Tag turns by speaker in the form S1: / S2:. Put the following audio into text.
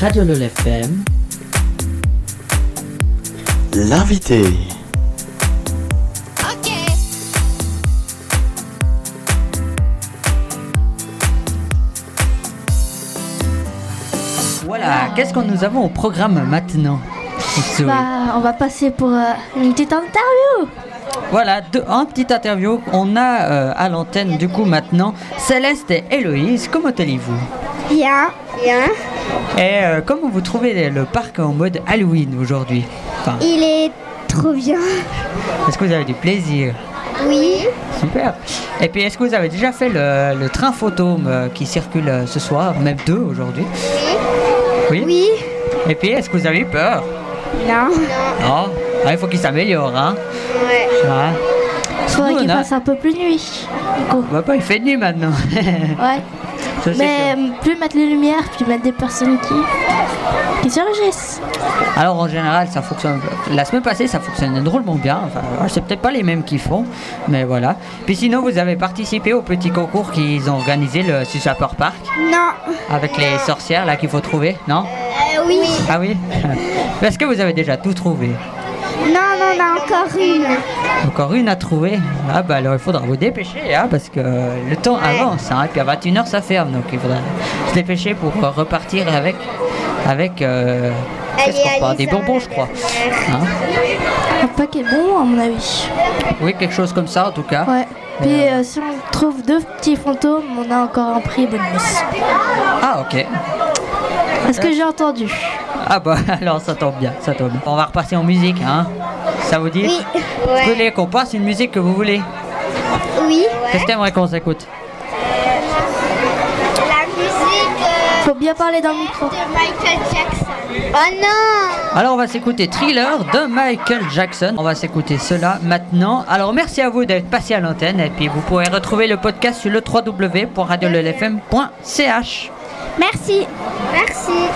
S1: Radio LOL FM,
S2: L'invité.
S1: Voilà, qu'est-ce que nous avons au programme maintenant Zoé
S3: Bah, on va passer pour euh, une petite interview.
S1: Voilà, deux, un petit interview. On a euh, à l'antenne du coup maintenant Céleste et Héloïse. Comment allez-vous
S3: Bien. Bien.
S1: Et euh, comment vous trouvez le parc en mode Halloween aujourd'hui Enfin,
S3: Il est trop bien.
S1: est-ce que vous avez du plaisir
S3: Oui.
S1: Super. Et puis, est-ce que vous avez déjà fait le, le train fantôme euh, qui circule euh, ce soir, même deux aujourd'hui Oui.
S3: Oui.
S1: Et puis, est-ce que vous avez eu peur
S3: Non.
S1: Non. Ah, il faut qu'il s'améliore, hein
S3: Ouais.
S1: Ah.
S3: Faudrait
S1: Nous,
S3: qu'il
S1: on a-
S3: fasse un peu plus nuit. du coup.
S1: hein Bah, bah, il fait nuit maintenant.
S3: Ouais.
S1: Ça, c'est
S3: Mais euh, plus mettre les lumières, plus mettre des personnes qui, qui surgissent.
S1: Alors en général, ça fonctionne. La semaine passée, ça fonctionnait drôlement bien. Enfin, alors, c'est peut-être pas les mêmes qui font, mais voilà. Puis sinon, vous avez participé au petit concours qu'ils ont organisé le Supper Park
S3: Non.
S1: avec les sorcières là qu'il faut trouver, non
S3: Euh, oui.
S1: Ah oui. Est-ce que vous avez déjà tout trouvé
S3: Non, non, non, encore une.
S1: Encore une à trouver. Ah bah alors il faudra vous dépêcher, hein, parce que le temps avance. Hein, et puis à 21h ça ferme, donc il faudra se dépêcher pour euh, repartir avec avec. euh, qu'est-ce qu'on parle Des bonbons, je crois. Hein
S3: Un paquet de bonbons, à mon avis.
S1: Oui, quelque chose comme ça en tout cas.
S3: Ouais. Puis euh, si on trouve deux petits fantômes, on a encore un prix bonus.
S1: Ah ok.
S3: Est-ce que j'ai entendu
S1: Ah bah alors ça tombe bien, ça tombe. bien. On va repartir en musique, hein Ça vous dit Vous voulez qu'on passe une musique que vous voulez
S3: Oui.
S1: Qu'est-ce que t'aimerais qu'on s'écoute
S4: La musique euh,
S3: Faut bien parler dans le micro.
S4: de Michael Jackson. Oh non
S1: Alors on va s'écouter Thriller de Michael Jackson. On va s'écouter cela maintenant. Alors merci à vous d'être passé à l'antenne et puis vous pouvez retrouver le podcast sur le www.radiolelfm.ch.
S3: Merci.
S4: Merci.